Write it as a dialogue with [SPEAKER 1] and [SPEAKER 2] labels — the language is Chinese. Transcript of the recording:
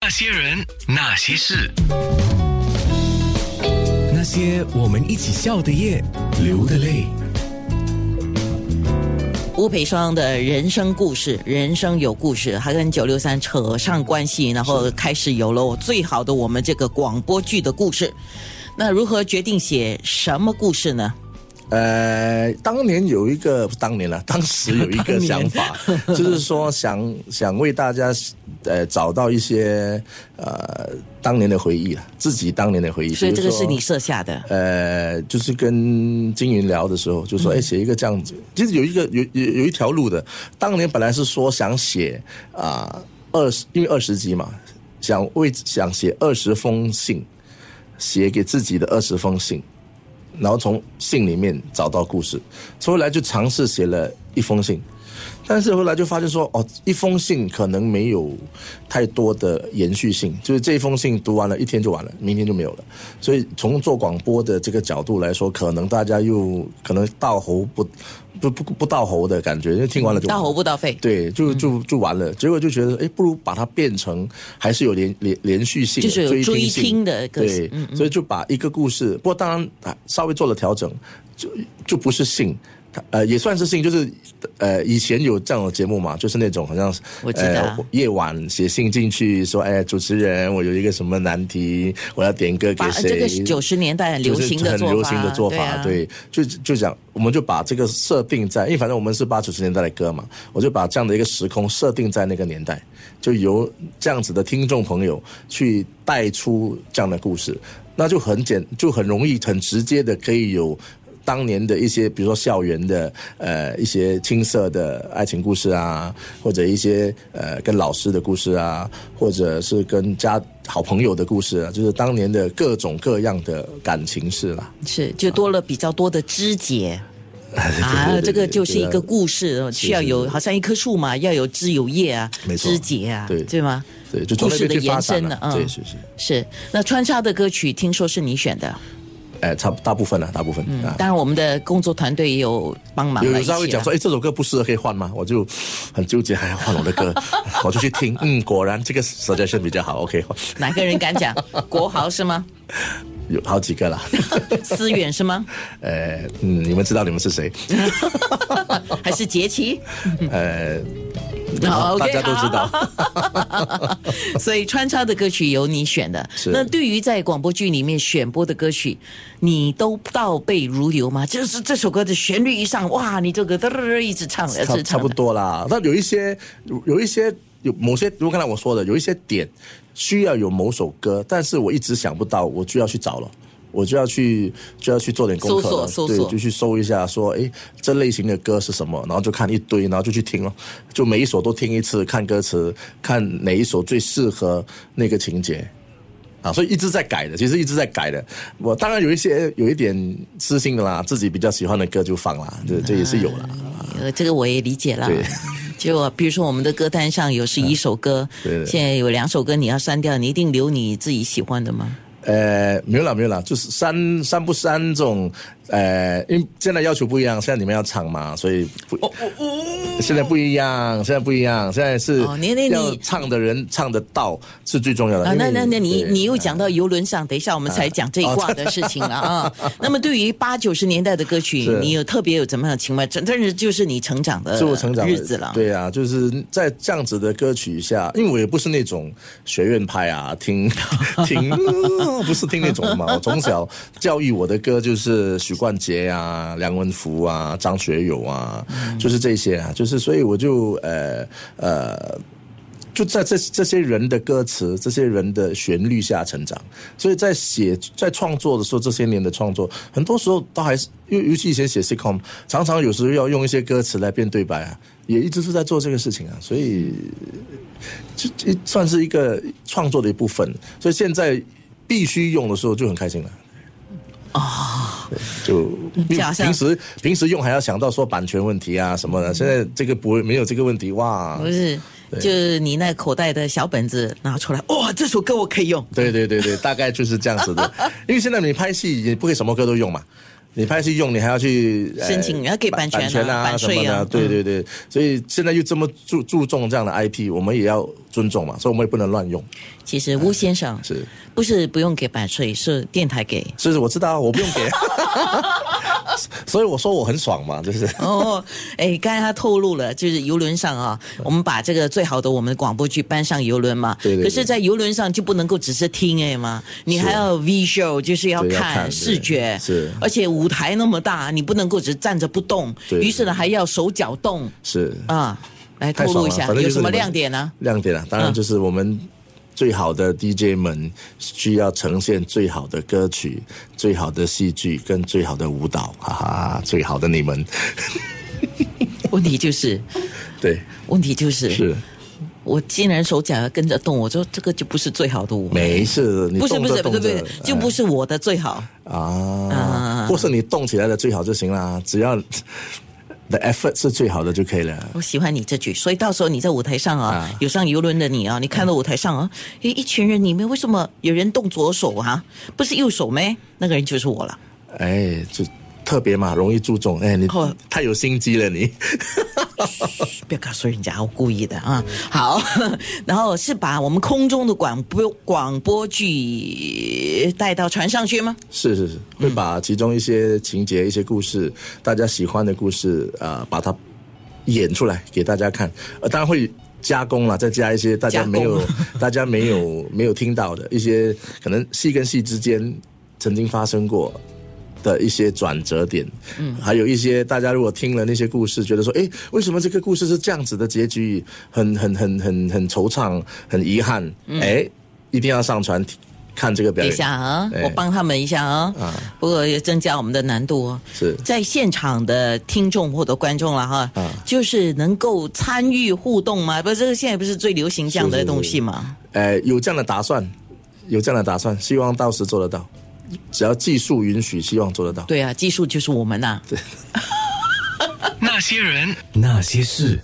[SPEAKER 1] 那些人，那些事，
[SPEAKER 2] 那些我们一起笑的夜，流的泪。
[SPEAKER 3] 吴培双的人生故事，人生有故事，他跟九六三扯上关系，然后开始有了我最好的我们这个广播剧的故事。那如何决定写什么故事呢？
[SPEAKER 4] 呃，当年有一个，不当年了，当时有 一
[SPEAKER 3] 当
[SPEAKER 4] 个
[SPEAKER 3] 年
[SPEAKER 4] 想法，就是说想想为大家呃找到一些呃当年的回忆了，自己当年的回忆。
[SPEAKER 3] 所以
[SPEAKER 4] 比
[SPEAKER 3] 这
[SPEAKER 4] 如
[SPEAKER 3] 个
[SPEAKER 4] 说
[SPEAKER 3] 是你设下的。
[SPEAKER 4] 呃，就是跟金云聊的时候，就
[SPEAKER 3] 嗯
[SPEAKER 4] 说哎，写一个这样子。其实有一个有有有一条路的，当年本来是说想写啊二十，因为二十集嘛，想为想写二十封信，写给自己的二十封信，然后从信里面找到故事。所以后来就尝试写了一封信。但是后来就发现说，哦，一封信可能没有太多的延续性，就是这封信读完了一天就完了，明天就没有了。所以从做广播的这个角度来说，可能大家又可能到喉不不不不到喉的感觉，因为听完了就完
[SPEAKER 3] 到
[SPEAKER 4] 了
[SPEAKER 3] 喉不到肺，
[SPEAKER 4] 对，就
[SPEAKER 3] 嗯
[SPEAKER 4] 就就完了。结果就觉得，哎，不如把它变成还是有连连连续性的，
[SPEAKER 3] 就是有
[SPEAKER 4] 追
[SPEAKER 3] 追听
[SPEAKER 4] 性
[SPEAKER 3] 的嗯歌词
[SPEAKER 4] 对，所以就把一个故事，不过当然啊稍微做了调整，就就不是信。它呃，也算是信，就是呃，以前有这样的节目嘛，就是那种好像
[SPEAKER 3] 我知道
[SPEAKER 4] 呃、夜晚写信进去说，哎，主持人，我有一个什么难题，我要点歌
[SPEAKER 3] 把呃
[SPEAKER 4] 给谁？
[SPEAKER 3] 这个九十年代很流行的
[SPEAKER 4] 就
[SPEAKER 3] 做法，
[SPEAKER 4] 是很流行的做法，
[SPEAKER 3] 啊
[SPEAKER 4] 对，就就讲，我们就把这个设定在，因为反正我们是八九十年代的歌嘛，我就把这样的一个时空设定在那个年代，就由这样子的听众朋友去带出这样的故事，那就很简，就很容易、很直接的可以有。当年的一些，比如说校园的，呃，一些青涩的爱情故事啊，或者一些呃跟老师的故事啊，或者是跟家好朋友的故事啊，就是当年的各种各样的感情事啦。
[SPEAKER 3] 是就多了比较多的枝节。啊，
[SPEAKER 4] 对对
[SPEAKER 3] 这
[SPEAKER 4] 对
[SPEAKER 3] 个就是一
[SPEAKER 4] 对
[SPEAKER 3] 个
[SPEAKER 4] 啊
[SPEAKER 3] 故事，哦需要有好像一棵树嘛，要有枝有叶啊，
[SPEAKER 4] 没错
[SPEAKER 3] 枝节啊，
[SPEAKER 4] 对
[SPEAKER 3] 对吗？
[SPEAKER 4] 对，就从
[SPEAKER 3] 故
[SPEAKER 4] 那
[SPEAKER 3] 事
[SPEAKER 4] 边
[SPEAKER 3] 的
[SPEAKER 4] 去发
[SPEAKER 3] 延
[SPEAKER 4] 展
[SPEAKER 3] 伸
[SPEAKER 4] 了
[SPEAKER 3] 呢，。嗯
[SPEAKER 4] 对，，是是，
[SPEAKER 3] 是。那穿插的歌曲，听说是你选的，
[SPEAKER 4] 哎，差不大部分了，大部分啊。
[SPEAKER 3] 当然我们的工作团队也有帮忙
[SPEAKER 4] 有
[SPEAKER 3] 嗯了
[SPEAKER 4] 有
[SPEAKER 3] 一啊
[SPEAKER 4] 时候
[SPEAKER 3] 起
[SPEAKER 4] 会
[SPEAKER 3] 啦
[SPEAKER 4] 讲说，哎，这首歌不适合，可以换吗？我就很纠结，还要换我的歌， 我就去听，嗯，果然这个 suggestion 比较好，OK，
[SPEAKER 3] 哪个人敢 讲？国豪是吗？
[SPEAKER 4] 有好几个啦，
[SPEAKER 3] 思远是吗？
[SPEAKER 4] 呃，嗯，你们知道你们是谁？
[SPEAKER 3] 还是杰 奇？
[SPEAKER 4] 呃，
[SPEAKER 3] 好
[SPEAKER 4] 大家
[SPEAKER 3] 哦 OK，
[SPEAKER 4] 都知道。
[SPEAKER 3] 所以穿插的歌曲由你选的。
[SPEAKER 4] 是
[SPEAKER 3] 那对于在广播剧里面选播的歌曲，你都倒背如流吗？就是这首歌的旋律一上，哇，你这个嘚嘚嘚一直唱，一直
[SPEAKER 4] 差
[SPEAKER 3] 唱
[SPEAKER 4] 差不。多啦。但有一些有有一些有某些，如果刚才我说的，有一些点需要有某首歌，但是我一直想不到，我就要去找了。我就要去，就要去做点功课了，
[SPEAKER 3] 搜索搜索
[SPEAKER 4] 对，就去搜一下，说，诶，这类型的歌是什么，然后就看一堆，然后就去听了，就每一首都听一次，看歌词，看哪一首最适合那个情节，啊，所以一直在改的，其实一直在改的。我当然有一些有一点私心的啦，自己比较喜欢的歌就放啦，这这也是有啦。
[SPEAKER 3] 呃，这个我也理解了
[SPEAKER 4] 对。
[SPEAKER 3] 就比如说我们的歌单上有十一首歌，
[SPEAKER 4] 对对
[SPEAKER 3] 现在有两首歌你要删掉，你一定留你自己喜欢的吗？
[SPEAKER 4] 呃，没有啦，没有啦，就是删删不删这种，呃，因为现在要求不一样，现在你们要唱嘛，所以不，
[SPEAKER 3] 哦
[SPEAKER 4] 现在不一样，现在不一样，现在是
[SPEAKER 3] 哦你你你
[SPEAKER 4] 要唱的人唱得到是最重要的。
[SPEAKER 3] 啊，
[SPEAKER 4] 因
[SPEAKER 3] 那
[SPEAKER 4] 为
[SPEAKER 3] 那那你
[SPEAKER 4] 对
[SPEAKER 3] 你又讲到游轮上，等一下我们才讲这一卦的事情了 啊。 那么对于八九十年代的歌曲，
[SPEAKER 4] 哦是
[SPEAKER 3] 你有特别有怎么样的情怀？真真是就是你成长的
[SPEAKER 4] 是我成长的
[SPEAKER 3] 日子了。
[SPEAKER 4] 对啊，就是在这样子的歌曲下，因为我也不是那种学院派啊，听 听、呃不是听那种嘛。我从小教育我的歌就是许冠杰啊、梁文福啊、张学友啊，就是这些啊，就是所以我就呃呃。就在这这些人的歌词、这些人的旋律下成长，所以在写、在创作的时候，这些年的创作，很多时候都还是，尤尤其以前写 sitcom，常常有时候要用一些歌词来变对白啊，也一直是在做这个事情啊，所以这这算是一个创作的一部分，所以现在必须用的时候就很开心了。就
[SPEAKER 3] 就好像
[SPEAKER 4] 平时平时用还要想到说版权问题啊什么的，现在这个不会没有这个问题哇，
[SPEAKER 3] 不是，就是你那口袋的小本子拿出来，哇，这首歌我可以用。
[SPEAKER 4] 对对对对，大概就是这样子的。因为现在你拍戏也不会什么歌都用嘛，你拍戏用，你还要去呃
[SPEAKER 3] 申请要给版权啊
[SPEAKER 4] 权啊
[SPEAKER 3] 版
[SPEAKER 4] 什么
[SPEAKER 3] 税
[SPEAKER 4] 的、
[SPEAKER 3] 啊
[SPEAKER 4] 对对对，所以现在又这么注注重这样的 IP，我们也要尊重嘛，所以我们也不能乱用。
[SPEAKER 3] 其实吴先生
[SPEAKER 4] 哎是
[SPEAKER 3] 不是不用给版税，是电台给。
[SPEAKER 4] 所以我知道我不用 给，所以我说我很爽嘛，就是
[SPEAKER 3] 哦，哎，刚才他透露了，就是游轮上啊，我们把这个最好的我们的广播剧搬上游轮嘛。
[SPEAKER 4] 嗯对对对
[SPEAKER 3] 可是，在游轮上就不能够只是听哎嘛，你还要 visual，就是要
[SPEAKER 4] 对要
[SPEAKER 3] 看
[SPEAKER 4] 看
[SPEAKER 3] 视觉。
[SPEAKER 4] 对是
[SPEAKER 3] 而且舞台那么大，你不能够只站着不动，
[SPEAKER 4] 对
[SPEAKER 3] 于是呢还要手脚动
[SPEAKER 4] 是
[SPEAKER 3] 啊。来透
[SPEAKER 4] 太爽
[SPEAKER 3] 露
[SPEAKER 4] 了
[SPEAKER 3] 一下，
[SPEAKER 4] 反正就
[SPEAKER 3] 有
[SPEAKER 4] 是
[SPEAKER 3] 什么
[SPEAKER 4] 你们
[SPEAKER 3] 亮点呢、
[SPEAKER 4] 亮点啊，当然
[SPEAKER 3] 嗯
[SPEAKER 4] 就是我们最好的 DJ 们需要呈现最好的歌曲、最好的戏剧跟最好的舞蹈，哈哈，最好的你们，
[SPEAKER 3] 问题就是，
[SPEAKER 4] 对，
[SPEAKER 3] 问题就是，
[SPEAKER 4] 是
[SPEAKER 3] 我既然手脚要跟着动，我说这个就不是最好的舞。
[SPEAKER 4] 没事，你
[SPEAKER 3] 不是
[SPEAKER 4] 动
[SPEAKER 3] 不是
[SPEAKER 4] 着
[SPEAKER 3] 不是
[SPEAKER 4] 动
[SPEAKER 3] 不
[SPEAKER 4] 着
[SPEAKER 3] 是，就不是我的最好。
[SPEAKER 4] 哎啊
[SPEAKER 3] 啊，
[SPEAKER 4] 或是你动起来的最好就行啦，只要 the effort 是最好的就可以了。
[SPEAKER 3] 我喜欢你这句，所以到时候你在舞台上啊，
[SPEAKER 4] 啊
[SPEAKER 3] 有上游轮的你啊，你看到舞台上啊，一一群人里面为什么有人动左手啊？不是右手咩？那个人就是我了。
[SPEAKER 4] 哎，就特别嘛，容易注重。哎，你
[SPEAKER 3] 哦
[SPEAKER 4] 太有心机了，你。
[SPEAKER 3] 嘘不要告诉人家，我故意的啊。好， 然后是把我们空中的广播广播剧带到船上去吗？
[SPEAKER 4] 是是是，会把其中一些情节、一些故事，大家喜欢的故事，呃，把它演出来给大家看。呃，当然会加工了，再加一些大
[SPEAKER 3] 加
[SPEAKER 4] 家
[SPEAKER 3] 工
[SPEAKER 4] 没有、 大家没有、没有听到的一些，可能戏跟戏之间曾经发生过。的一些转折点，嗯，还有一些大家如果听了那些故事，觉得说，诶，为什么这个故事是这样子的结局，很很很很很惆怅，很遗憾，诶，一定要上船听看这个表
[SPEAKER 3] 嗯等一
[SPEAKER 4] 演。哎
[SPEAKER 3] 下啊，
[SPEAKER 4] 对
[SPEAKER 3] 我帮他们一下啊。不过也增加我们的难度哦。
[SPEAKER 4] 是
[SPEAKER 3] 在现场的听众或者观众了哈，
[SPEAKER 4] 啊
[SPEAKER 3] 就是能够参与互动嘛？不，这个现在不是最流行这样
[SPEAKER 4] 是
[SPEAKER 3] 的
[SPEAKER 4] 是
[SPEAKER 3] 东西嘛？
[SPEAKER 4] 呃，有这样的打算，有这样的打算，希望到时做得到，只要技术允许，希望做得到。
[SPEAKER 3] 对啊，技术就是我们呐、
[SPEAKER 1] 那些人。
[SPEAKER 2] 那些事。